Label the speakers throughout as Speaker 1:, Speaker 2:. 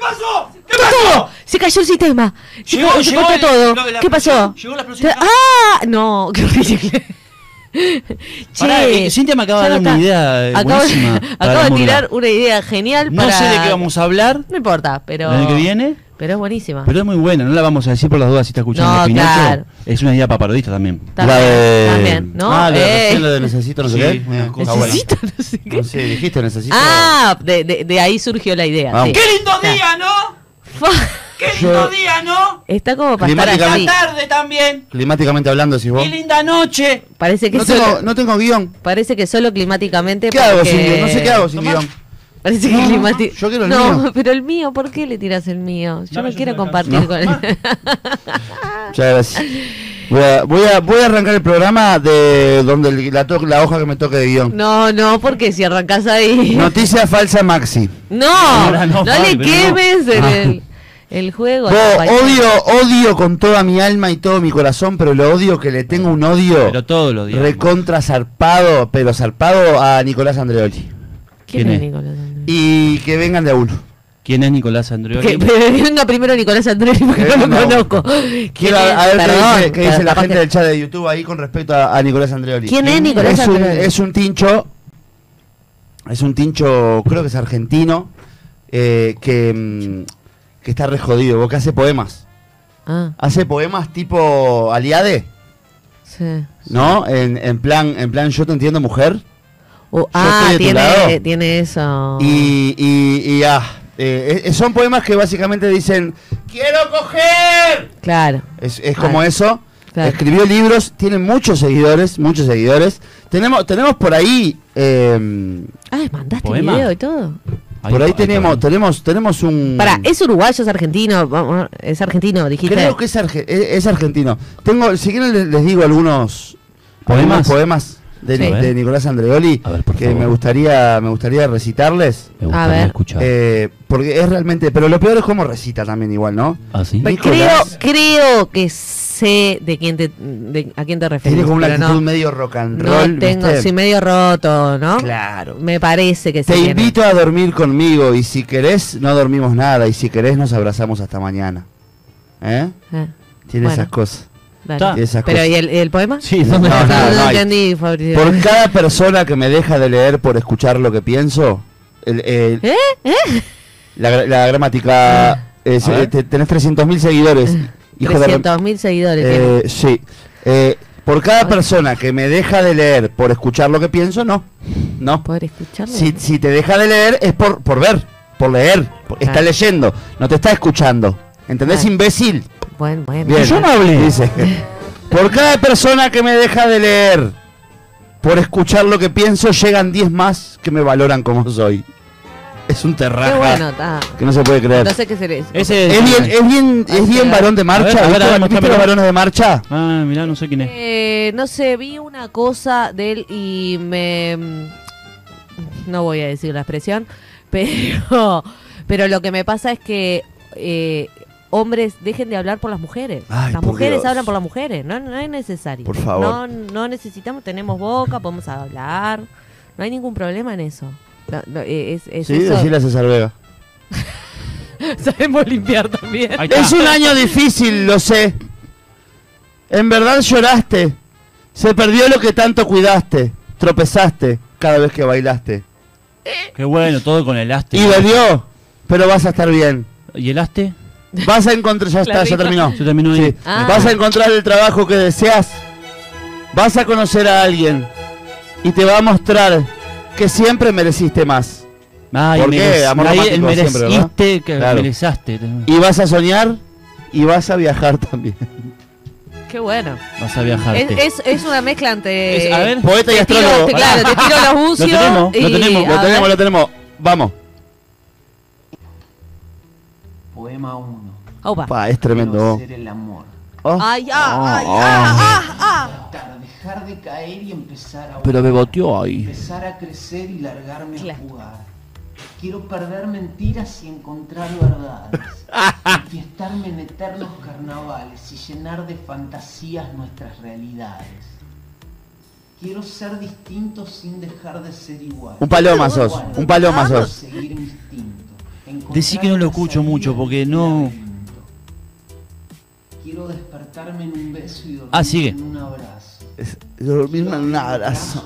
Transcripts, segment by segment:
Speaker 1: pasó?
Speaker 2: ¿Qué pasó? Se cayó el sistema. Se
Speaker 1: Llegó-
Speaker 2: co- se
Speaker 1: llegó
Speaker 2: cortó
Speaker 1: el-
Speaker 2: todo.
Speaker 1: la- la
Speaker 2: ¿Qué
Speaker 1: explosión,
Speaker 2: pasó?
Speaker 1: llegó la explosión.
Speaker 2: ¡Ah! No, qué horrible. Che,
Speaker 3: Pará, eh, Cintia me acaba de
Speaker 2: ya
Speaker 3: dar
Speaker 2: no
Speaker 3: una
Speaker 2: está.
Speaker 3: idea, eh,
Speaker 2: Acabo, de-
Speaker 3: buenísima para
Speaker 2: acabo de
Speaker 3: la
Speaker 2: tirar
Speaker 3: murga.
Speaker 2: una idea genial
Speaker 3: No
Speaker 2: para-
Speaker 3: sé de qué vamos a hablar
Speaker 2: No importa, pero.
Speaker 3: el año que viene,
Speaker 2: Pero es buenísima.
Speaker 3: pero es muy buena, no la vamos a decir por las dudas si está escuchando
Speaker 2: No,
Speaker 3: Pinocho.
Speaker 2: claro.
Speaker 3: Es una idea para parodista también.
Speaker 2: También,
Speaker 4: la de...
Speaker 2: también, ¿no?
Speaker 4: Ah, la
Speaker 2: Eh.
Speaker 4: de, la de necesito, no sé
Speaker 3: Sí,
Speaker 4: qué.
Speaker 3: una
Speaker 4: Ah,
Speaker 3: cosa
Speaker 4: está buena.
Speaker 2: Necesito, no sé qué.
Speaker 4: No sé, dijiste necesito.
Speaker 2: Ah, de, de- de ahí surgió la idea.
Speaker 4: Vamos.
Speaker 2: sí.
Speaker 1: ¡Qué lindo día, no!
Speaker 2: Fa-
Speaker 1: ¡Qué lindo día, no!
Speaker 2: Está como para estar
Speaker 4: Climáticamente-
Speaker 2: así.
Speaker 1: La tarde también.
Speaker 4: Climáticamente hablando, si vos.
Speaker 1: ¡Qué linda noche!
Speaker 2: Parece que
Speaker 4: No
Speaker 2: solo,
Speaker 4: tengo, no tengo guión.
Speaker 2: parece que solo climáticamente.
Speaker 4: ¿Qué hago
Speaker 2: porque-
Speaker 4: sin guión? No sé qué hago sin
Speaker 1: Tomá.
Speaker 4: guión.
Speaker 2: Parece que
Speaker 4: No, no,
Speaker 2: climati-
Speaker 4: no, yo quiero el
Speaker 2: No,
Speaker 4: mío.
Speaker 2: pero el mío, ¿por qué le tiras el mío? Yo
Speaker 1: Dame,
Speaker 2: no
Speaker 1: yo
Speaker 2: quiero
Speaker 1: te lo
Speaker 2: compartir
Speaker 4: alcanzo.
Speaker 2: con él.
Speaker 4: Muchas gracias. Voy a, voy, a, voy a arrancar el programa de donde el- la, to- la hoja que me toque de guión.
Speaker 2: No, no, porque si arrancas ahí. No,
Speaker 4: Noticia falsa Maxi.
Speaker 2: no,
Speaker 3: Ahora no,
Speaker 2: le
Speaker 3: Fabi, pero no.
Speaker 2: quemes en el, el juego.
Speaker 4: Ah. Vos,
Speaker 2: compañero.
Speaker 4: odio, odio con toda mi alma y todo mi corazón, pero lo odio que le tengo un odio
Speaker 3: Pero todos los días.
Speaker 4: recontra zarpado, pero zarpado a Nicolás Andreoli.
Speaker 2: ¿Quién
Speaker 3: ¿quién
Speaker 2: es
Speaker 3: es?
Speaker 2: Nicolás Andrés?
Speaker 4: Y que vengan de a uno.
Speaker 3: ¿Quién es Nicolás Andreoli?
Speaker 2: Que, pero que venga primero Nicolás Andrés porque
Speaker 4: Que
Speaker 2: no lo
Speaker 4: venga uno.
Speaker 2: conozco. ¿Quién
Speaker 4: Quiero a- a
Speaker 2: es?
Speaker 4: ver qué
Speaker 2: Perdón,
Speaker 4: dice, qué dice la
Speaker 2: capaz
Speaker 4: gente
Speaker 2: que-
Speaker 4: del chat de YouTube ahí con respecto a, a Nicolás Andreoli.
Speaker 2: ¿Quién es Nicolás
Speaker 4: es un,
Speaker 2: Andreoli?
Speaker 4: Es un tincho, es un tincho, creo que es argentino, eh, que, mm, que está re jodido, porque hace poemas.
Speaker 2: Ah,
Speaker 4: Hace poemas tipo Aliade,
Speaker 2: sí.
Speaker 4: ¿no? En, en plan, en plan yo te entiendo mujer.
Speaker 2: Oh, ah,
Speaker 4: estoy de tu
Speaker 2: tiene,
Speaker 4: lado.
Speaker 2: tiene eso.
Speaker 4: Y, y, y, ah, eh, eh, son poemas que básicamente dicen, quiero coger.
Speaker 2: Claro.
Speaker 4: Es, es
Speaker 2: Claro.
Speaker 4: como eso.
Speaker 2: Claro.
Speaker 4: Escribió libros, tiene muchos seguidores, muchos seguidores. Tenemos, tenemos por ahí, eh,
Speaker 2: Ah, mandaste
Speaker 3: ¿Poema?
Speaker 2: video y todo.
Speaker 4: por ahí tenemos,
Speaker 3: está.
Speaker 4: tenemos, tenemos un.
Speaker 2: Pará, es uruguayo, es argentino, vamos, es argentino, dijiste.
Speaker 4: Mm. creo que es, arge- es- es argentino. Tengo, si quieren les, les digo algunos
Speaker 3: ¿Poemas?
Speaker 4: algunos poemas de,
Speaker 2: Sí.
Speaker 4: Ni-
Speaker 3: A ver.
Speaker 4: de Nicolás Andreoli
Speaker 3: A ver, por
Speaker 4: que
Speaker 3: favor.
Speaker 4: me gustaría, me gustaría recitarles.
Speaker 3: Me
Speaker 2: A ver.
Speaker 3: gustaría escuchar.
Speaker 4: eh, porque es realmente, pero lo peor es cómo recita también igual, ¿no?
Speaker 3: ¿Ah, sí?
Speaker 2: Pues creo,
Speaker 4: Nicolás.
Speaker 2: creo que sé de quién te, de- a quién te refieres.
Speaker 4: Tiene como una
Speaker 2: pero
Speaker 4: actitud
Speaker 2: no,
Speaker 4: medio rock and
Speaker 2: no
Speaker 4: roll.
Speaker 2: tengo,
Speaker 4: ¿viste?
Speaker 2: sí, medio roto, ¿no?
Speaker 4: Claro.
Speaker 2: Me parece que sí.
Speaker 4: Te
Speaker 2: tiene.
Speaker 4: invito a dormir conmigo y si querés no dormimos nada y si querés nos abrazamos hasta mañana. ¿Eh?
Speaker 2: Ah,
Speaker 4: Tiene
Speaker 2: Bueno.
Speaker 4: esas cosas.
Speaker 2: dale.
Speaker 3: Ta.
Speaker 4: Esas
Speaker 2: Pero
Speaker 4: cosas.
Speaker 2: ¿y el, el poema?
Speaker 3: Sí,
Speaker 2: no,
Speaker 3: ¿dónde
Speaker 2: no,
Speaker 4: está? No, no hay.
Speaker 2: entendí, Fabricio.
Speaker 4: Por cada persona que me deja de leer por escuchar lo que pienso, el- el-
Speaker 2: ¿Eh? Ah.
Speaker 4: la, gra- la gramática... es-
Speaker 3: A ver.
Speaker 4: eh, te- tenés 300.000 seguidores. Hijo de... rem-
Speaker 2: 300.000 seguidores. tiene.
Speaker 4: Eh, sí. Eh, por cada
Speaker 2: Ay.
Speaker 4: persona que me deja de leer por escuchar lo que pienso, no. No.
Speaker 2: Poder escucharlo.
Speaker 4: Si, si te deja de leer es por, por ver, por leer. por- Está
Speaker 2: Claro.
Speaker 4: leyendo, no te está escuchando. ¿Entendés,
Speaker 2: Claro.
Speaker 4: imbécil?
Speaker 2: Bueno, bueno.
Speaker 4: Bien.
Speaker 3: no hablé.
Speaker 4: Dice. Por cada persona que me deja de leer, por escuchar lo que pienso, llegan 10 más que me valoran como soy. Es un terraja
Speaker 2: Qué bueno, está.
Speaker 4: que no se puede creer.
Speaker 2: No sé qué será eso.
Speaker 3: Ese
Speaker 4: es bien, es bien, es bien varón de marcha.
Speaker 3: A ver, a ver, a ver,
Speaker 4: ¿Viste- ¿Viste
Speaker 3: mostrame.
Speaker 4: los varones de marcha?
Speaker 3: Ah, mirá, no sé quién es.
Speaker 2: Eh, no sé, vi una cosa de él y me... No voy a decir la expresión, pero, pero lo que me pasa es que eh, hombres dejen de hablar por las mujeres.
Speaker 4: Ay,
Speaker 2: las
Speaker 4: por
Speaker 2: mujeres
Speaker 4: Dios.
Speaker 2: hablan por las mujeres, no, no es necesario.
Speaker 4: Por favor.
Speaker 2: No, no necesitamos, tenemos boca, podemos hablar, no hay ningún problema en eso. No, no, eh, es, es
Speaker 4: Sí,
Speaker 2: eso.
Speaker 4: decirle a César Vega.
Speaker 2: Sabemos limpiar también.
Speaker 3: Ahí está.
Speaker 4: Es un año difícil, lo sé. En verdad lloraste. Se perdió lo que tanto cuidaste. Tropezaste cada vez que bailaste.
Speaker 3: Qué bueno, todo con el aste.
Speaker 4: Y dolió, pero vas a estar bien.
Speaker 3: ¿Y el aste?
Speaker 4: Vas a encontrar, ya está, ya terminó.
Speaker 3: Yo termino ahí.
Speaker 4: Sí.
Speaker 2: Ah.
Speaker 4: Vas a encontrar el trabajo que deseas. Vas a conocer a alguien y te va a mostrar que siempre mereciste más.
Speaker 3: Ay,
Speaker 4: ¿Por qué?
Speaker 3: merec-
Speaker 4: Amor
Speaker 3: ahí
Speaker 4: romántico
Speaker 3: el
Speaker 4: siempre, ¿verdad?
Speaker 3: mereciste, que
Speaker 4: Claro.
Speaker 3: merezaste.
Speaker 4: Y vas a soñar y vas a viajar también.
Speaker 2: Qué bueno.
Speaker 3: Vas a viajar.
Speaker 2: Es, es, es una mezcla entre...
Speaker 3: Es- a ver.
Speaker 4: Poeta y
Speaker 2: Te tiro-
Speaker 4: astrólogo.
Speaker 2: te- claro, te tiro los bucios.
Speaker 3: Lo tenemos, lo
Speaker 2: y-
Speaker 3: tenemos,
Speaker 2: a
Speaker 4: Lo tenemos,
Speaker 2: ver.
Speaker 4: lo tenemos. Vamos.
Speaker 5: Poema 1.
Speaker 2: Opa.
Speaker 4: Pa, es
Speaker 5: Quiero
Speaker 4: tremendo.
Speaker 5: ser el amor.
Speaker 4: Oh.
Speaker 2: Ay, ah, ay, ah, ah, ah.
Speaker 5: Para dejar de caer y empezar a
Speaker 3: Pero me
Speaker 5: volar.
Speaker 3: boteó ahí.
Speaker 5: Empezar a crecer y largarme
Speaker 2: Claro.
Speaker 5: a jugar. Quiero perder mentiras y encontrar verdades. Enfiestarme en eternos carnavales y llenar de fantasías nuestras realidades. Quiero ser distinto sin dejar de ser igual.
Speaker 4: Un paloma sos, un paloma
Speaker 5: Quiero
Speaker 4: sos.
Speaker 5: Seguir mi instinto. encontrar
Speaker 3: Decí que no lo
Speaker 5: una
Speaker 3: escucho
Speaker 5: salida
Speaker 3: mucho, porque
Speaker 5: del
Speaker 3: no-
Speaker 5: laberinto. Quiero despertarme en un beso y dormir
Speaker 3: Ah, sigue.
Speaker 5: en un abrazo.
Speaker 4: Es- dormirme en un abrazo.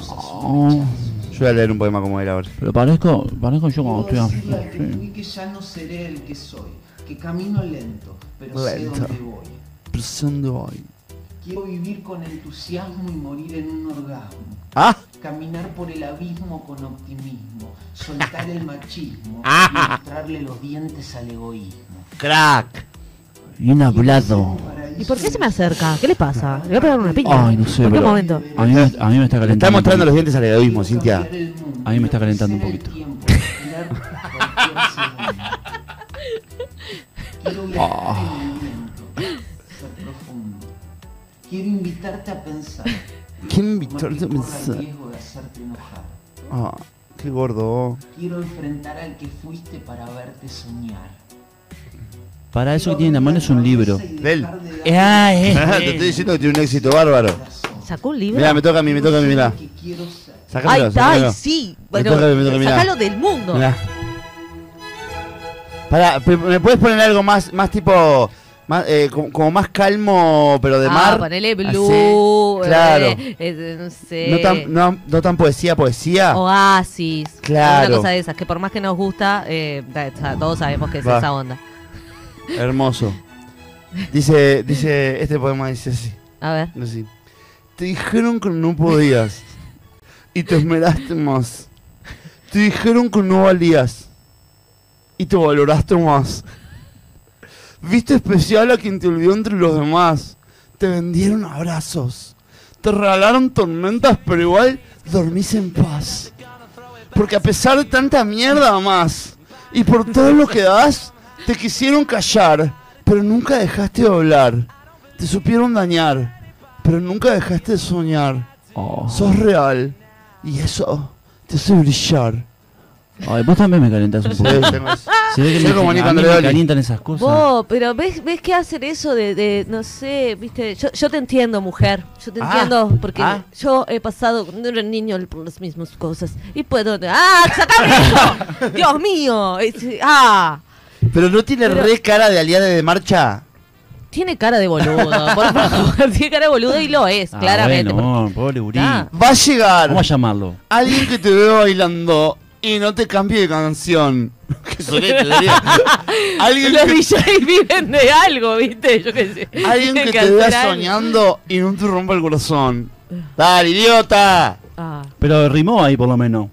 Speaker 4: Yo voy a leer un poema como él ahora.
Speaker 3: Pero parezco, parezco yo
Speaker 5: Puedo
Speaker 3: cuando estoy
Speaker 5: decirle al que
Speaker 3: sí.
Speaker 5: fui que ya no seré el que soy, que camino lento, pero sé
Speaker 4: Lento.
Speaker 5: dónde voy. Quiero vivir con entusiasmo y morir en un orgasmo.
Speaker 4: Ah,
Speaker 5: Caminar por el abismo con optimismo, soltar el machismo y
Speaker 3: Ah.
Speaker 5: mostrarle los dientes al egoísmo.
Speaker 4: crack.
Speaker 3: Bien hablado.
Speaker 2: ¿Y por qué se me acerca? ¿Qué le pasa? Le voy a pegar una piña.
Speaker 3: Ay, no sé,
Speaker 2: ¿Por qué
Speaker 3: pero-
Speaker 2: momento?
Speaker 3: A mí, me- a mí me está
Speaker 4: Le está
Speaker 3: calentando.
Speaker 4: mostrando los dientes al egoísmo, Cintia.
Speaker 3: A mí me está calentando un poquito.
Speaker 5: Quiero viajar en el viento, ser profundo. Quiero invitarte a pensar.
Speaker 4: ¿Quién
Speaker 5: tomar
Speaker 4: invitó
Speaker 5: que
Speaker 4: a
Speaker 5: corra el
Speaker 4: pensar?
Speaker 5: riesgo de hacerte enojar.
Speaker 4: Ah, qué gordo.
Speaker 5: Quiero enfrentar al que fuiste para verte soñar.
Speaker 3: Para eso que tiene en la mano es un libro.
Speaker 4: De él.
Speaker 3: Ah, eh.
Speaker 4: Te estoy diciendo que tiene un éxito bárbaro.
Speaker 2: ¿Sacó un libro?
Speaker 4: Mirá, me toca a mí, me toca a mí, mirá.
Speaker 2: Ay, está,
Speaker 4: Sácamelo,
Speaker 2: ay,
Speaker 4: sácamelo.
Speaker 2: sí.
Speaker 4: Me
Speaker 2: Bueno,
Speaker 4: toca, me toca, mirá.
Speaker 2: sacalo del mundo.
Speaker 4: Mirá. Pará, pe- ¿me puedes poner algo más, más tipo, más, eh, como, como más calmo, pero de
Speaker 2: ah,
Speaker 4: mar?
Speaker 2: ponele
Speaker 4: Así,
Speaker 2: blue.
Speaker 4: claro.
Speaker 2: eh, eh, Oh. no sé.
Speaker 4: No tan, no, no tan poesía, poesía.
Speaker 2: Oasis.
Speaker 4: Claro.
Speaker 2: Una cosa de esas, que por más que nos gusta, eh, da- o sea, todos sabemos que es
Speaker 4: Va.
Speaker 2: esa onda.
Speaker 4: Hermoso. Dice, dice, este poema dice así,
Speaker 2: A ver.
Speaker 4: así. Te dijeron que no podías y te esmeraste más. Te dijeron que no valías y te valoraste más. Viste especial a quien te olvidó entre los demás. Te vendieron abrazos. Te regalaron tormentas, pero igual dormís en paz. Porque a pesar de tanta mierda más y por todo lo que das, te quisieron callar, pero nunca dejaste de hablar. Te supieron dañar, pero nunca dejaste de soñar.
Speaker 3: Oh.
Speaker 4: Sos real y eso te hace brillar.
Speaker 3: Ay, vos también me calentás un poco. Se ve que
Speaker 4: Soy
Speaker 3: me,
Speaker 4: como Nico
Speaker 3: a mí me
Speaker 4: Andreoli.
Speaker 3: calientan esas cosas.
Speaker 2: Vos, pero ves, ves que hacen eso de, de, no sé, viste, yo, yo te entiendo, mujer, yo te
Speaker 4: Ah,
Speaker 2: entiendo, porque
Speaker 4: ah.
Speaker 2: yo he pasado cuando era niño por las mismas cosas. Y puedo, ¡ah! ¡Sacame eso! ¡Dios mío! Es- ¡Ah!
Speaker 4: Pero no tiene
Speaker 2: Pero-
Speaker 4: re cara de aliada de marcha.
Speaker 2: Tiene cara de boludo, por favor, tiene cara de boludo y lo es,
Speaker 3: Ah,
Speaker 2: claramente.
Speaker 3: Bueno, pobre gurí.
Speaker 2: Ah.
Speaker 4: Va a llegar
Speaker 3: Vamos a llamarlo.
Speaker 4: alguien que te ve bailando y no te cambie de canción. Qué sorete, diría. alguien
Speaker 2: Los
Speaker 4: que,
Speaker 2: DJs viven de algo, viste, yo qué sé.
Speaker 4: alguien que te
Speaker 2: Cantar
Speaker 4: vea
Speaker 2: algo.
Speaker 4: soñando y no te rompa el corazón. Dale, idiota.
Speaker 2: Ah.
Speaker 3: Pero rimó ahí por lo menos.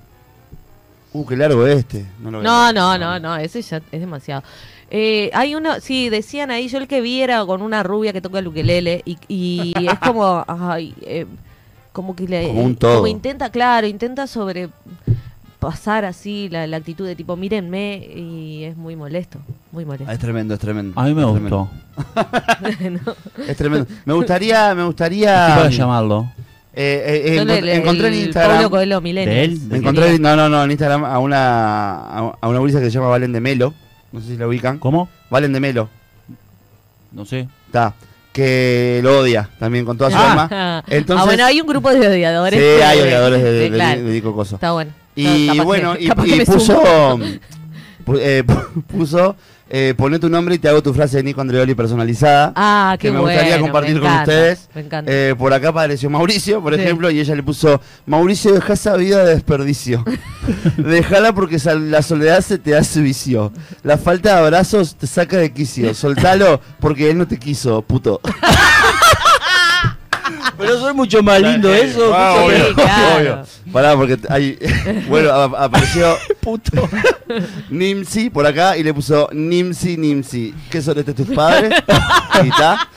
Speaker 4: Uh, qué largo este. No, lo voy a
Speaker 2: No,
Speaker 4: leer.
Speaker 2: no, no, no, ese ya es demasiado. Eh, hay uno, sí, decían ahí, yo el que vi era con una rubia que toca el ukelele y, y es como, ay, eh, como que le...
Speaker 4: Como un todo.
Speaker 2: como intenta, claro, intenta sobrepasar así la, la actitud de tipo, mírenme y es muy molesto, muy
Speaker 4: Ah,
Speaker 2: molesto.
Speaker 4: Es tremendo, es tremendo.
Speaker 3: A mí me
Speaker 4: Es
Speaker 3: gustó.
Speaker 2: No.
Speaker 4: tremendo, Es tremendo. Me gustaría, me
Speaker 3: Estoy
Speaker 4: gustaría. mm,
Speaker 3: para llamarlo.
Speaker 4: eh, eh, eh,
Speaker 2: Yo le-
Speaker 4: encont-
Speaker 2: le-
Speaker 4: encontré en
Speaker 2: el
Speaker 4: Instagram.
Speaker 2: Pablo Coelho Millennials.
Speaker 3: ¿De él?
Speaker 4: Me encontré, no, no, no, en Instagram a una a a una gurisa que se llama Valen de Melo. No sé si la ubican.
Speaker 3: ¿Cómo?
Speaker 4: Valen de Melo.
Speaker 3: No sé.
Speaker 4: Está. Que lo odia también con toda su
Speaker 3: Ah.
Speaker 4: alma. Entonces,
Speaker 2: ah, bueno, hay un grupo de odiadores.
Speaker 4: sí, hay odiadores de, de,
Speaker 2: Sí, claro.
Speaker 4: de Nico Coso.
Speaker 2: Está bueno.
Speaker 4: Y
Speaker 2: Capaz que-
Speaker 4: bueno, y,
Speaker 2: capaz que
Speaker 4: y
Speaker 2: me sumo.
Speaker 4: puso. pu- eh, pu- puso. Eh, poné tu nombre y te hago tu frase de Nico Andreoli personalizada.
Speaker 2: Ah, qué
Speaker 4: que me
Speaker 2: bueno.
Speaker 4: gustaría compartir con
Speaker 2: encanta,
Speaker 4: ustedes.
Speaker 2: Me encanta.
Speaker 4: Eh, por acá apareció Mauricio, por
Speaker 2: Sí.
Speaker 4: ejemplo, y ella le puso, Mauricio, deja esa vida de desperdicio. Dejala porque sal- la soledad se te hace vicio. La falta de abrazos te saca de quicio. Soltalo porque él no te quiso, puto.
Speaker 3: Pero soy mucho más lindo eso.
Speaker 4: Ah,
Speaker 2: Sí,
Speaker 4: obvio,
Speaker 2: claro.
Speaker 4: obvio. Pará, porque t- hay... bueno, a- apareció
Speaker 3: puto.
Speaker 4: Nimsi por acá y le puso Nimsi, Nimsi. ¿Qué son estos tus padres? y está.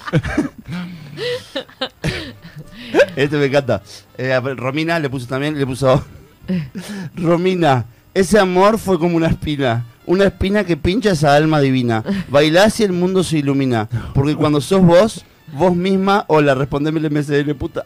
Speaker 4: este me encanta. Eh, a ver, Romina le puso también, le puso. Romina, ese amor fue como una espina. Una espina que pincha esa alma divina. Bailás y el mundo se ilumina. Porque cuando sos vos, vos misma, hola, respondeme el MSN, puta.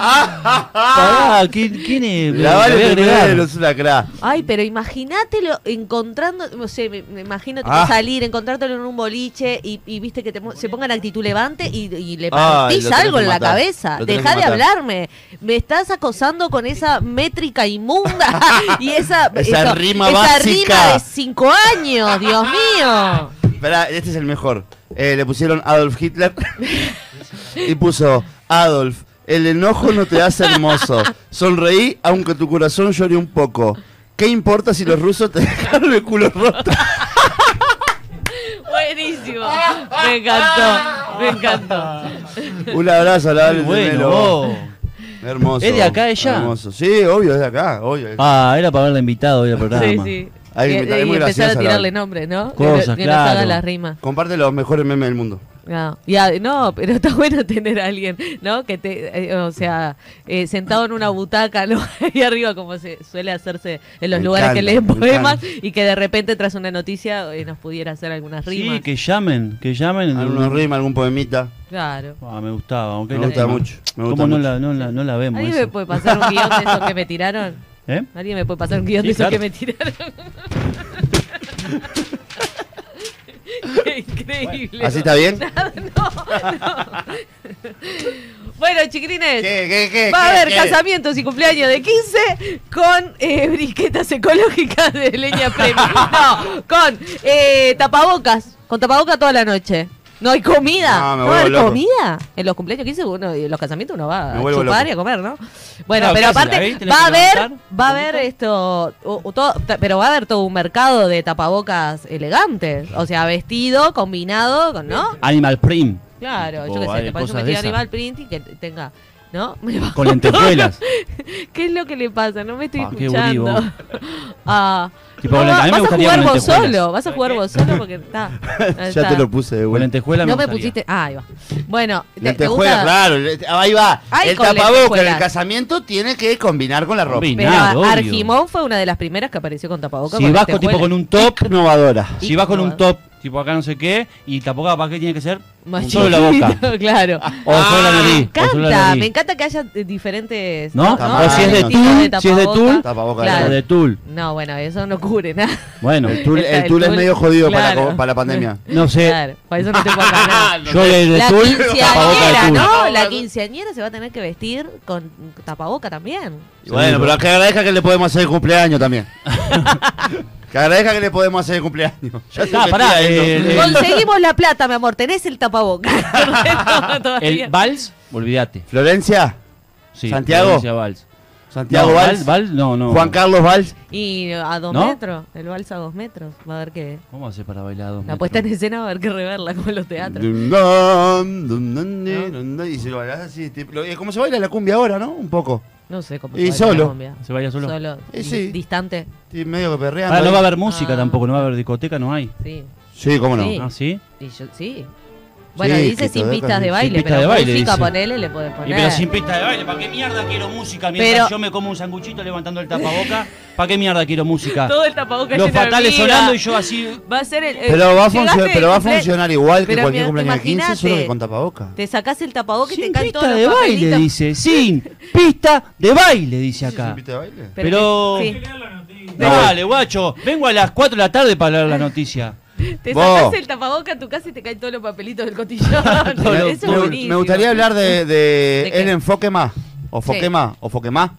Speaker 3: Pará, ¿quién, quién es?
Speaker 4: Ah. La
Speaker 3: Lo
Speaker 4: vale
Speaker 3: Eh, voy a agregar.
Speaker 4: primero, es una cra.
Speaker 2: Ay, pero imagínatelo encontrando, o sea, me- me imagínate
Speaker 4: Ah.
Speaker 2: salir, encontrártelo en un boliche y, y viste que te mo- se pongan actitud levante y, y le
Speaker 4: Ay,
Speaker 2: partís
Speaker 4: lo tenés
Speaker 2: algo
Speaker 4: que
Speaker 2: en la
Speaker 4: matar,
Speaker 2: cabeza.
Speaker 4: lo tenés
Speaker 2: Deja
Speaker 4: que
Speaker 2: de
Speaker 4: matar.
Speaker 2: hablarme. Me estás acosando con esa métrica inmunda y esa,
Speaker 4: Esa rima
Speaker 2: esa
Speaker 4: básica.
Speaker 2: rima de cinco años, Dios mío.
Speaker 4: Esperá, este es el mejor. Eh, le pusieron Adolf Hitler y puso Adolf. El enojo no te hace hermoso. Sonreí aunque tu corazón llore un poco. ¿Qué importa si los rusos te dejaron el culo roto?
Speaker 2: Buenísimo. Me encantó, me encantó.
Speaker 4: Un abrazo, la
Speaker 3: Muy
Speaker 4: Adolf
Speaker 3: bueno.
Speaker 4: Melo.
Speaker 3: vos.
Speaker 4: Hermoso.
Speaker 3: ¿Es de acá ella?
Speaker 4: Hermoso. Sí, obvio, es de acá, obvio.
Speaker 3: Ah, era para haberla invitado hoy al
Speaker 2: Sí,
Speaker 3: programa.
Speaker 2: sí.
Speaker 4: Ahí
Speaker 2: y,
Speaker 4: me- es
Speaker 2: y
Speaker 4: muy
Speaker 2: empezar
Speaker 4: graciosa
Speaker 2: a
Speaker 4: la-
Speaker 2: tirarle nombres, ¿no?
Speaker 3: Cosas,
Speaker 2: que no, que no se
Speaker 3: claro.
Speaker 2: haga la rima.
Speaker 4: Comparte los mejores memes del mundo.
Speaker 2: No, y a- no, pero está bueno tener a alguien, ¿no? Que te, eh, o sea, eh, sentado en una butaca, ¿no? Ahí arriba, como se suele hacerse en los
Speaker 4: Me
Speaker 2: lugares que leen
Speaker 4: encanta, me
Speaker 2: poemas,
Speaker 4: encanta.
Speaker 2: y que de repente tras una noticia eh, nos pudiera hacer algunas rimas.
Speaker 3: Sí, que llamen, que llamen.
Speaker 4: Algunos rima, algún poemita.
Speaker 2: Claro.
Speaker 3: Ah, me gustaba, aunque
Speaker 4: Ah, Me gusta
Speaker 3: lástima.
Speaker 4: mucho, me gusta
Speaker 3: ¿Cómo no
Speaker 4: mucho.
Speaker 3: la, no la, no la vemos?
Speaker 2: ¿Alguien
Speaker 3: eso?
Speaker 2: me puede pasar un guión de esos que me tiraron?
Speaker 3: ¿Eh?
Speaker 2: ¿Alguien me puede pasar un guión
Speaker 3: Sí,
Speaker 2: de esos
Speaker 3: claro.
Speaker 2: que me tiraron? Qué increíble.
Speaker 4: ¿Así está bien?
Speaker 2: Bueno, chiquilines.
Speaker 4: qué, qué?
Speaker 2: Va a
Speaker 4: qué,
Speaker 2: haber
Speaker 4: qué?
Speaker 2: casamientos y cumpleaños de 15 con eh, briquetas ecológicas de leña premium. No, con eh, tapabocas. Con tapabocas toda la noche. No hay comida. No,
Speaker 4: No, me
Speaker 2: va a haber
Speaker 4: vuelvo loco.
Speaker 2: comida. En los cumpleaños 15, uno, y en los casamientos uno va a
Speaker 4: Me vuelvo
Speaker 2: chupar
Speaker 4: loco.
Speaker 2: y a comer, ¿no? Bueno, pero
Speaker 3: Claro, ¿qué hacen? La
Speaker 2: aparte
Speaker 3: veis, tenés
Speaker 2: va a
Speaker 3: que
Speaker 2: haber,
Speaker 3: levantar,
Speaker 2: va a haber
Speaker 3: poquito.
Speaker 2: esto, o- o todo- ta- pero va a haber todo un mercado de tapabocas elegantes. O sea, vestido, combinado, con, ¿no?
Speaker 3: Animal Prim.
Speaker 2: Claro,
Speaker 3: Tipo,
Speaker 2: yo
Speaker 4: Oh,
Speaker 2: qué sé,
Speaker 3: hay
Speaker 2: te parece un
Speaker 3: cosas de
Speaker 2: vestido
Speaker 3: esas.
Speaker 2: animal print y que te- tenga, ¿no? Me bajo
Speaker 3: Con lentejuelas.
Speaker 2: ¿Qué es lo que le pasa? No me estoy
Speaker 3: Ah, qué
Speaker 2: escuchando.
Speaker 3: boludo.
Speaker 2: ah,
Speaker 3: Tipo,
Speaker 2: no,
Speaker 3: con lente- a mí me
Speaker 2: vas a
Speaker 3: gustaría
Speaker 2: jugar
Speaker 3: con
Speaker 2: vos
Speaker 3: lentejuelas.
Speaker 2: solo, vas a jugar vos solo porque está.
Speaker 4: Ya te lo puse de
Speaker 3: Con
Speaker 4: vuelta.
Speaker 3: lentejuela
Speaker 2: No me
Speaker 3: gustaría.
Speaker 2: pusiste. Ah, ahí va. Bueno, te- te,
Speaker 4: Lentejuelas,
Speaker 2: gusta.
Speaker 4: claro. le- ah, Ahí va.
Speaker 2: Ay,
Speaker 4: el
Speaker 2: con
Speaker 4: tapabocas en el
Speaker 2: lentejuelas.
Speaker 4: casamiento tiene que combinar con la ropa.
Speaker 3: Combina.
Speaker 2: Pero
Speaker 3: Nada, obvio.
Speaker 2: Argimón fue una de las primeras que apareció con tapabocas.
Speaker 3: Si vas con, tipo, con un top,
Speaker 4: Innovadora.
Speaker 3: si vas con un top, tipo acá no sé qué, y tampoco para qué tiene que ser
Speaker 2: Más
Speaker 3: solo la boca.
Speaker 2: chiquito, claro. Ah,
Speaker 3: O solo la
Speaker 2: me
Speaker 3: nariz. o solo la
Speaker 2: encanta,
Speaker 3: nariz.
Speaker 2: me encanta que haya eh, diferentes.
Speaker 3: ¿No?
Speaker 4: O si es de
Speaker 2: Tipos
Speaker 3: tul, si es de tul,
Speaker 2: tapabocas.
Speaker 4: Tapabocas,
Speaker 2: Claro.
Speaker 3: O de tul.
Speaker 2: No, bueno, eso no cubre nada.
Speaker 3: Bueno,
Speaker 4: El tul,
Speaker 2: Está
Speaker 4: el
Speaker 2: el
Speaker 4: tul es
Speaker 2: tul,
Speaker 4: medio jodido para, la,
Speaker 2: claro.
Speaker 4: co- para la pandemia.
Speaker 3: no sé.
Speaker 2: Claro, para eso no te puedo acá nada.
Speaker 3: Yo de, de
Speaker 2: La
Speaker 3: tul, tapabocas de
Speaker 2: quinceañera,
Speaker 3: tul.
Speaker 2: ¿no? La quinceañera se va a tener que vestir con tapaboca también.
Speaker 4: Bueno, pero que agradezca que le podemos hacer el cumpleaños también. que agradezca que le podemos hacer el cumpleaños. Ya
Speaker 3: está, pará, eh, eh,
Speaker 2: Conseguimos la plata, mi amor. Tenés el tapaboca. No, todavía.
Speaker 3: El vals, olvídate.
Speaker 4: Florencia,
Speaker 3: Sí,
Speaker 4: Santiago.
Speaker 3: Florencia Vals.
Speaker 4: Santiago
Speaker 3: No,
Speaker 4: Valls,
Speaker 3: Vals, no, no.
Speaker 4: Juan Carlos Valls.
Speaker 2: Y a dos
Speaker 3: ¿No?
Speaker 2: metros. El vals a dos metros. Va a haber que.
Speaker 3: ¿Cómo hace para bailar a dos
Speaker 2: La
Speaker 3: metros?
Speaker 2: puesta en escena va a haber que reverla como en los teatros.
Speaker 4: Dun, dun, dun, dun, dun, dun, dun, Y se lo bailás así. tipo, eh, como se baila la cumbia ahora, ¿no? Un poco.
Speaker 2: No sé cómo. se
Speaker 4: Y
Speaker 2: baila la
Speaker 4: solo.
Speaker 2: cumbia.
Speaker 3: ¿Se baila solo?
Speaker 2: Solo. di-
Speaker 4: Eh, sí.
Speaker 2: Distante.
Speaker 4: Estoy medio que perreando.
Speaker 3: Ahora no
Speaker 4: ahí.
Speaker 3: va a haber música
Speaker 2: Ah.
Speaker 3: tampoco, no va a haber discoteca, no hay.
Speaker 2: Sí.
Speaker 4: Sí, cómo no.
Speaker 2: Sí.
Speaker 3: Ah, ¿sí?
Speaker 2: Y yo, sí. Bueno,
Speaker 4: Sí, que
Speaker 2: dice sin
Speaker 4: todavía
Speaker 2: pistas
Speaker 4: con-
Speaker 2: de
Speaker 4: sin
Speaker 2: baile,
Speaker 3: pistas
Speaker 2: pero
Speaker 3: de baile,
Speaker 2: música
Speaker 3: dice.
Speaker 2: ponele, le podés poner.
Speaker 3: Y pero sin pista de baile, ¿para qué mierda quiero música? Mientras
Speaker 2: Pero-
Speaker 3: yo me como un sanguchito levantando el tapaboca, ¿para qué mierda quiero música?
Speaker 2: Todo el tapaboca
Speaker 3: Los
Speaker 2: lleno de
Speaker 3: fatales
Speaker 2: hormigas.
Speaker 3: sonando y yo así.
Speaker 2: Va a ser el. el-
Speaker 4: Pero va, a
Speaker 2: Eh, llegaste
Speaker 4: funcio-
Speaker 2: de
Speaker 4: pero va a
Speaker 2: cumple-
Speaker 4: funcionar igual que
Speaker 2: Pero
Speaker 4: cualquier
Speaker 2: mira,
Speaker 4: cumpleaños de 15, solo
Speaker 2: imagínate.
Speaker 4: que con tapabocas.
Speaker 2: Te sacás el tapabocas y te
Speaker 3: Sin
Speaker 2: caen todos
Speaker 3: pista
Speaker 2: los
Speaker 3: de baile,
Speaker 2: papelitos.
Speaker 3: dice. Sin pista de baile, dice acá.
Speaker 4: ¿Viste de baile?
Speaker 3: Pero-
Speaker 2: sí.
Speaker 3: Dale, guacho. Vengo a las 4 de la tarde para leer
Speaker 2: Ah,
Speaker 3: la noticia.
Speaker 2: Te
Speaker 4: Vos.
Speaker 2: sacás el tapabocas a tu casa y te caen todos los papelitos del cotillón.
Speaker 3: Todo
Speaker 2: Eso
Speaker 3: lo-
Speaker 4: me,
Speaker 2: es
Speaker 4: me
Speaker 2: buenísimo.
Speaker 4: gustaría hablar de, de,
Speaker 2: qué?
Speaker 4: Ellen Foquema, o Foquema, o Foquema,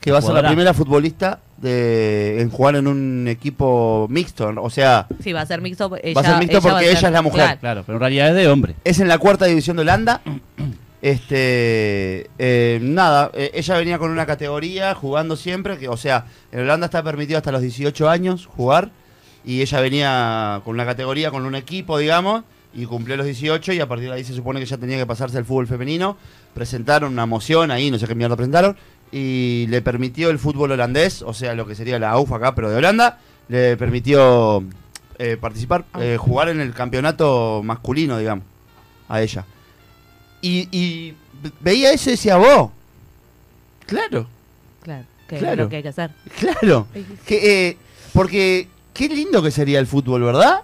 Speaker 4: que va a ser la
Speaker 3: Jugadora.
Speaker 4: primera futbolista de, en jugar en un equipo mixto. O sea,
Speaker 2: Sí, va a ser mixto. pues, Ella,
Speaker 4: ser mixto
Speaker 2: va a
Speaker 4: porque
Speaker 2: ser-
Speaker 4: ella es la mujer.
Speaker 2: Claro.
Speaker 3: Claro, pero en realidad es de hombre.
Speaker 4: es en la cuarta división de Holanda. Este, eh, nada, eh, ella venía con una categoría jugando siempre, que, o sea, en Holanda está permitido hasta los 18 años jugar y ella venía con una categoría, con un equipo, digamos, y cumplió los 18 y a partir de ahí se supone que ya tenía que pasarse al fútbol femenino. Presentaron una moción ahí, no sé qué mierda presentaron, y le permitió el fútbol holandés, o sea, lo que sería la AUFA acá, pero de Holanda, le permitió eh, participar, eh, jugar en el campeonato masculino, digamos, a ella. Y, y ve- veía eso y decía, vos, claro,
Speaker 2: Claro. Que es
Speaker 4: Claro.
Speaker 2: lo que hay que hacer.
Speaker 4: Claro. Que, eh, porque qué lindo que sería el fútbol, ¿verdad?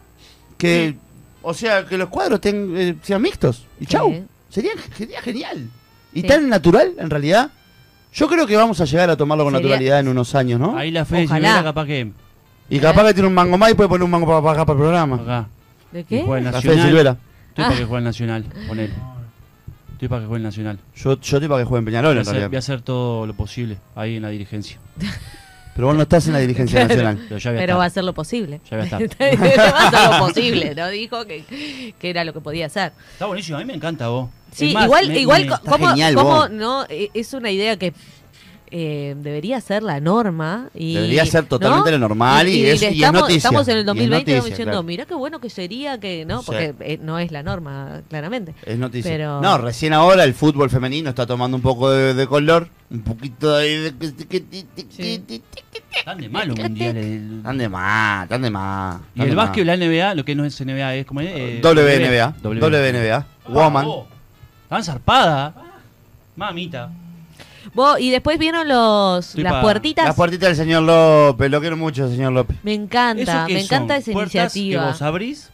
Speaker 4: Que, o sea, que los cuadros ten- eh, sean mixtos. Y
Speaker 2: Sí.
Speaker 4: chau. Sería, sería genial. Y
Speaker 2: Sí.
Speaker 4: tan natural, en realidad. Yo creo que vamos a llegar a tomarlo con
Speaker 2: Sería-
Speaker 4: naturalidad en unos años, ¿no?
Speaker 6: Ahí la fe, si me
Speaker 2: Ojalá.
Speaker 6: hubiera capaz que.
Speaker 4: Y capaz que tiene un mango más y puede poner un mango para acá para el programa.
Speaker 6: Acá.
Speaker 2: ¿De
Speaker 6: que
Speaker 2: Ah. qué?
Speaker 6: juegue el
Speaker 4: La fe de
Speaker 6: Nacional.
Speaker 4: Silvera.
Speaker 6: Estoy
Speaker 2: Ah.
Speaker 6: para que juegue el Nacional, con él. Estoy para que juegue el Nacional.
Speaker 4: Yo, yo te para que juegue en Peñarol
Speaker 6: Voy a,
Speaker 4: en
Speaker 6: hacer, voy a
Speaker 4: realidad.
Speaker 6: hacer todo lo posible ahí en la dirigencia.
Speaker 4: Pero vos no estás en la dirigencia nacional.
Speaker 6: Pero ya voy a
Speaker 2: Pero
Speaker 6: estar.
Speaker 2: va a hacer lo posible.
Speaker 6: Ya va a estar.
Speaker 2: va a hacer lo posible, ¿no? Dijo que, que era lo que podía hacer.
Speaker 6: Está buenísimo, a mí me encanta vos.
Speaker 2: Sí,
Speaker 6: Es más,
Speaker 2: igual,
Speaker 6: me-
Speaker 2: igual
Speaker 6: me-
Speaker 2: co-
Speaker 3: Está
Speaker 2: cómo-
Speaker 3: genial,
Speaker 2: cómo
Speaker 3: vos.
Speaker 2: no, E- es una idea que eh, debería ser la norma. Y,
Speaker 3: Debería ser
Speaker 2: ¿no?
Speaker 3: totalmente lo normal y
Speaker 2: le
Speaker 3: es- y es
Speaker 2: estamos,
Speaker 3: noticia.
Speaker 2: estamos en el
Speaker 3: Y es
Speaker 2: 2020
Speaker 3: noticia,
Speaker 2: estamos diciendo,
Speaker 3: claro.
Speaker 2: mirá qué bueno que sería que, ¿no?
Speaker 4: Sí.
Speaker 2: Porque eh, no es la norma, claramente.
Speaker 4: Es noticia.
Speaker 2: Pero-
Speaker 4: No, recién ahora el fútbol femenino está tomando un poco de, de color. Un poquito de...
Speaker 2: Sí.
Speaker 6: Están de malo mundial. el-
Speaker 4: Están de más, están de más.
Speaker 6: Y el básquet, la NBA, lo que no es NBA, es como. Eh,
Speaker 4: WNBA. WNBA. Woman.
Speaker 6: Oh, Están zarpadas. Mamita.
Speaker 2: Vos, y después vieron los
Speaker 6: Estoy
Speaker 2: las
Speaker 6: pa-
Speaker 2: puertitas.
Speaker 4: La puertita del señor López, lo quiero mucho, señor López.
Speaker 2: me encanta,
Speaker 6: ¿Eso qué
Speaker 2: me encanta
Speaker 6: son?
Speaker 2: esa
Speaker 6: ¿Puertas Que
Speaker 2: iniciativa.
Speaker 6: vos abrís.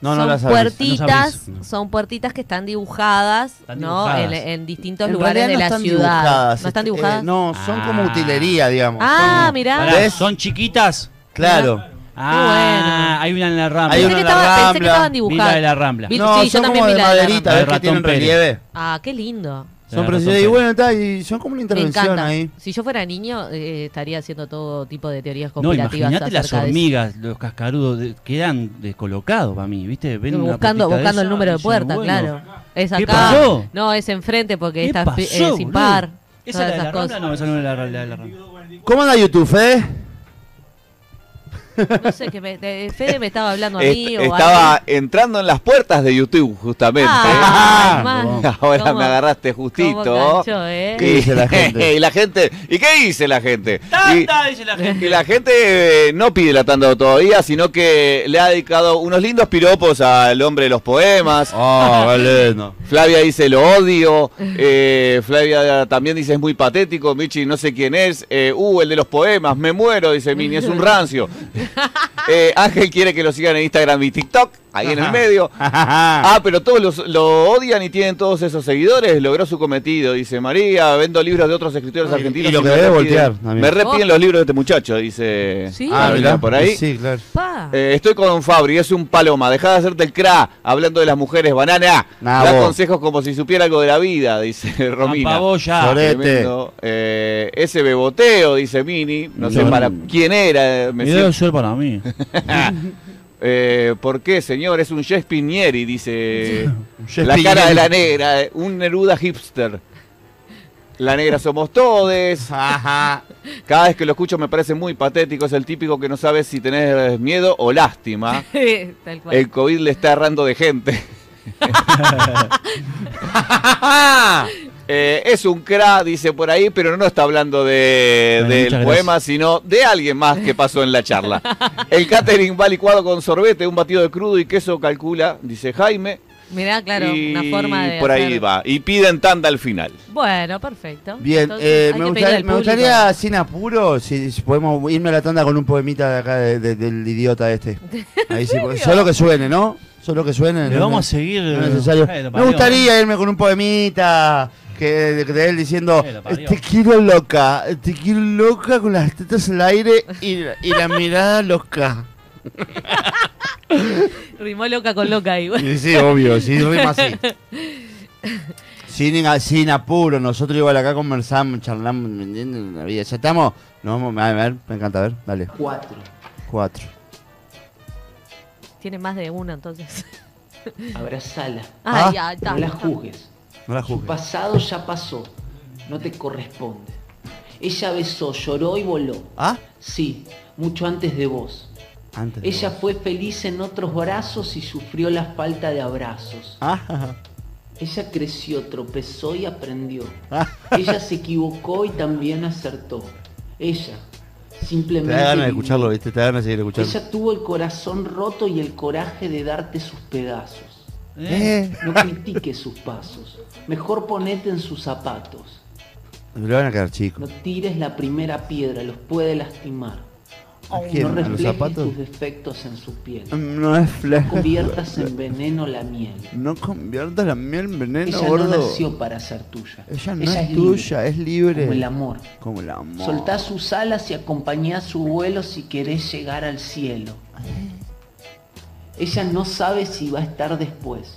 Speaker 4: No, no
Speaker 2: son
Speaker 4: la sabes.
Speaker 2: puertitas,
Speaker 6: no.
Speaker 2: son puertitas que están dibujadas,
Speaker 6: Están
Speaker 2: ¿no?
Speaker 6: dibujadas.
Speaker 2: En, en distintos
Speaker 4: En
Speaker 2: lugares
Speaker 4: realidad
Speaker 2: de
Speaker 4: no
Speaker 2: la
Speaker 4: están
Speaker 2: ciudad.
Speaker 4: dibujadas,
Speaker 2: No están
Speaker 4: este, eh,
Speaker 2: dibujadas.
Speaker 4: no, son como
Speaker 6: Ah.
Speaker 4: utilería, digamos.
Speaker 2: ah,
Speaker 4: Son-
Speaker 2: mirá.
Speaker 6: Pará,
Speaker 4: ¿Ves?
Speaker 6: ¿Son chiquitas?
Speaker 4: Claro.
Speaker 6: Ah,
Speaker 2: bueno.
Speaker 6: hay una en la rama.
Speaker 4: Hay
Speaker 2: Pensé,
Speaker 4: una
Speaker 2: que
Speaker 4: en la
Speaker 2: estaba- pensé que
Speaker 4: Rambla,
Speaker 2: estaban
Speaker 6: Vi
Speaker 2: dibujadas.
Speaker 6: la de la Rambla.
Speaker 2: Vi-
Speaker 4: No,
Speaker 2: sí, yo
Speaker 4: son
Speaker 2: también vi
Speaker 4: como de
Speaker 2: la de la
Speaker 4: maderita,
Speaker 6: rama.
Speaker 4: ves
Speaker 6: La
Speaker 4: que
Speaker 6: de
Speaker 4: tienen
Speaker 6: ratón Pérez.
Speaker 4: relieve.
Speaker 2: Ah, qué lindo.
Speaker 4: Son
Speaker 6: La
Speaker 4: preciosas
Speaker 6: razón,
Speaker 4: y
Speaker 6: Pérez.
Speaker 4: bueno, está, y son como una
Speaker 2: Me
Speaker 4: intervención
Speaker 2: encanta.
Speaker 4: ahí.
Speaker 2: Si yo fuera niño, eh, estaría haciendo todo tipo de teorías
Speaker 6: No,
Speaker 2: conspirativas.
Speaker 6: imagínate las
Speaker 2: acerca de eso.
Speaker 6: hormigas, los cascarudos, de- quedan descolocados para mí, ¿viste? Ven una puertita
Speaker 2: Buscando,
Speaker 6: de
Speaker 2: buscando el
Speaker 6: esa,
Speaker 2: número de
Speaker 6: dicen,
Speaker 2: puertas,
Speaker 6: bueno,
Speaker 2: claro. Es acá.
Speaker 6: ¿Qué pasó?
Speaker 2: No, es enfrente porque
Speaker 6: ¿Qué
Speaker 2: está
Speaker 6: pasó,
Speaker 2: eh, sin
Speaker 6: boludo?
Speaker 2: par.
Speaker 6: ¿Esa
Speaker 2: todas
Speaker 6: es la de la
Speaker 2: esas
Speaker 6: Rambla? No, esa no es la, la- la de la Rambla.
Speaker 4: ¿Cómo anda YouTube, eh?
Speaker 2: cosas. No sé, que me, de- Fede me estaba hablando a mí
Speaker 7: Est-
Speaker 2: o
Speaker 7: estaba
Speaker 2: algo.
Speaker 7: entrando en las puertas de YouTube, justamente.
Speaker 2: Ah, man,
Speaker 7: Ahora
Speaker 2: cómo-
Speaker 7: me agarraste justito.
Speaker 2: cómo ganchó, eh.
Speaker 4: ¿Qué dice la gente?
Speaker 7: y la gente. ¿Y qué dice la gente? Y, eh,
Speaker 6: ¡Tanda! Dice la gente.
Speaker 7: y la gente eh, no pide la tanda todavía, sino que le ha dedicado unos lindos piropos al hombre de los poemas.
Speaker 4: Ah, qué lindo.
Speaker 7: Flavia dice lo odio. Eh, Flavia también dice es muy patético. Michi no sé quién es. Eh, uh, el de los poemas, me muero, dice Mini, es un rancio. Eh, Ángel quiere que lo sigan en Instagram y TikTok, ahí en el medio. Ah, pero todos los- lo odian y tienen todos esos seguidores. Logró su cometido, dice María. Vendo libros de otros escritores
Speaker 4: Y-
Speaker 7: argentinos.
Speaker 4: y lo que
Speaker 7: me
Speaker 4: debe
Speaker 7: repiden-
Speaker 4: voltear, amigo.
Speaker 7: Me repiten los libros de este muchacho, dice.
Speaker 2: Sí.
Speaker 4: Ah,
Speaker 7: María
Speaker 4: mirá,
Speaker 7: por ahí.
Speaker 4: Sí, claro.
Speaker 2: Pa.
Speaker 7: Eh, estoy con Fabri, es un paloma. Dejá de hacerte el cra hablando de las mujeres, banana.
Speaker 4: Nah,
Speaker 7: da
Speaker 4: vos.
Speaker 7: consejos como si supiera algo de la vida, dice Romina.
Speaker 6: Papaboya.
Speaker 4: Lloré.
Speaker 7: Tremendo. Eh, ese beboteo, dice Mini. No sé
Speaker 6: Lloré.
Speaker 7: para quién era. eh, me
Speaker 6: Me debe
Speaker 7: siento-
Speaker 6: ser para mí.
Speaker 7: Eh, ¿Por qué, señor? Es un Shakespeare Nieri, dice.
Speaker 4: Shakespeare
Speaker 7: la cara
Speaker 4: Nieri.
Speaker 7: de la negra, eh, un Neruda hipster. La negra somos todes. Cada vez que lo escucho me parece muy patético. Es el típico que no sabe si tenés miedo o lástima.
Speaker 2: Tal cual.
Speaker 7: El COVID le está errando de gente. Eh, es un cra, dice por ahí, pero no está hablando de,
Speaker 6: Bueno,
Speaker 7: del
Speaker 6: muchas
Speaker 7: poema, sino de alguien más que pasó en la charla. El catering va licuado con sorbete, un batido de crudo y queso, calcula, dice Jaime.
Speaker 2: Mirá, claro,
Speaker 7: y
Speaker 2: una forma de.
Speaker 7: por ahí
Speaker 2: hacer-
Speaker 7: va. Y piden tanda al final.
Speaker 2: Bueno, perfecto.
Speaker 4: Bien,
Speaker 2: Entonces,
Speaker 4: eh,
Speaker 2: hay
Speaker 4: me,
Speaker 2: que
Speaker 4: gustaría,
Speaker 2: pedir al
Speaker 4: me
Speaker 2: público.
Speaker 4: gustaría, sin apuro, si, si podemos irme a la tanda con un poemita de acá de- de- del idiota este. Ahí sí, porque- solo que suene, ¿no? Solo que suene.
Speaker 6: Le
Speaker 4: no-
Speaker 6: vamos a seguir.
Speaker 4: no es necesario.
Speaker 6: Eh, lo
Speaker 4: Me
Speaker 6: parió.
Speaker 4: gustaría irme con un poemita que, de, de él diciendo,
Speaker 6: Eh, lo parió.
Speaker 4: te quiero loca, te quiero loca con las tetas al aire y, la- y la mirada loca.
Speaker 2: Rimó loca con loca ahí.
Speaker 4: Y sí, obvio, sí, rima así. Sin, sin apuro, nosotros igual acá conversamos, charlamos, ¿me entienden? La vida, ya estamos. No, vamos- a ver, me encanta, a ver, dale.
Speaker 5: 4.
Speaker 4: Cuatro.
Speaker 2: Tiene más de uno, entonces.
Speaker 5: Abrazala.
Speaker 4: Ah,
Speaker 2: Ay, ya, está.
Speaker 5: No la juzgues.
Speaker 4: No la
Speaker 5: Su
Speaker 4: juzgues.
Speaker 5: pasado ya pasó. No te corresponde. Ella besó, lloró y voló.
Speaker 4: ¿Ah?
Speaker 5: Sí, mucho antes de vos.
Speaker 4: Antes. de
Speaker 5: Ella
Speaker 4: vos.
Speaker 5: fue feliz en otros brazos y sufrió la falta de abrazos.
Speaker 4: Ah,
Speaker 5: Ella creció, tropezó y aprendió.
Speaker 4: Ah.
Speaker 5: Ella se equivocó y también acertó. Ella
Speaker 4: te
Speaker 5: simplemente.
Speaker 4: da ganas de
Speaker 5: vivió.
Speaker 4: escucharlo, ¿viste? Te da ganas de seguir escuchando.
Speaker 5: Ella tuvo el corazón roto y el coraje de darte sus pedazos.
Speaker 4: Eh,
Speaker 5: No critiques sus pasos. Mejor ponete en sus zapatos.
Speaker 4: le van a quedar
Speaker 5: No
Speaker 4: chicos.
Speaker 5: tires la primera piedra, los puede lastimar.
Speaker 4: ¿A
Speaker 5: No
Speaker 4: quién? ¿A los
Speaker 5: reflejes
Speaker 4: zapatos?
Speaker 5: tus defectos en su piel.
Speaker 4: No es fleje.
Speaker 5: Conviertas en veneno la miel.
Speaker 4: No conviertas la miel en veneno,
Speaker 5: Ella no
Speaker 4: gordo.
Speaker 5: nació para ser tuya.
Speaker 4: Ella no
Speaker 5: Ella
Speaker 4: es,
Speaker 5: libre,
Speaker 4: tuya, es libre.
Speaker 5: Como el amor.
Speaker 4: Como el amor.
Speaker 5: Soltá sus alas y acompañá su vuelo si querés llegar al cielo. Ella no sabe si va a estar después.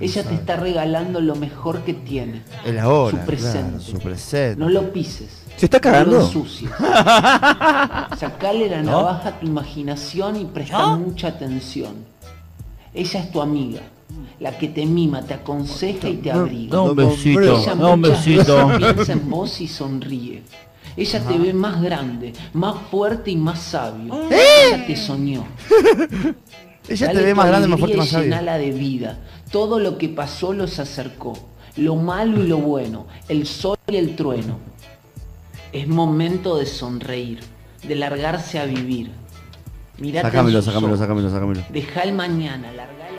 Speaker 5: Ella te está regalando lo mejor que tiene.
Speaker 4: El ahora,
Speaker 5: Su presente.
Speaker 4: claro, su presente.
Speaker 5: No lo pises.
Speaker 7: Eh, ¿Se está
Speaker 5: No
Speaker 7: cagando?
Speaker 5: lo ensucies. Sacale la navaja a tu imaginación y presta mucha atención. Ella es tu amiga, la que te mima, te aconseja y te abriga.
Speaker 6: Da un besito,
Speaker 5: Ella
Speaker 6: da un
Speaker 5: muchas
Speaker 6: besito.
Speaker 5: veces piensa en vos y sonríe. Ella te ve más grande, más fuerte y más sabio.
Speaker 7: ¿Eh?
Speaker 5: Ella te soñó.
Speaker 4: Ella te
Speaker 5: Dale
Speaker 4: ve
Speaker 5: tu
Speaker 4: más grande, más fuerte,
Speaker 5: alegría
Speaker 4: más
Speaker 5: y
Speaker 4: sabia.
Speaker 5: llénala de vida. Todo lo que pasó los acercó. Lo malo y lo bueno, el sol y el trueno. Es momento de sonreír, de largarse a vivir. Mirate en
Speaker 3: Sácamelo,
Speaker 5: sus
Speaker 3: sácamelo,
Speaker 5: ojos.
Speaker 3: sácamelo, sácamelo.
Speaker 5: Deja el mañana, larga el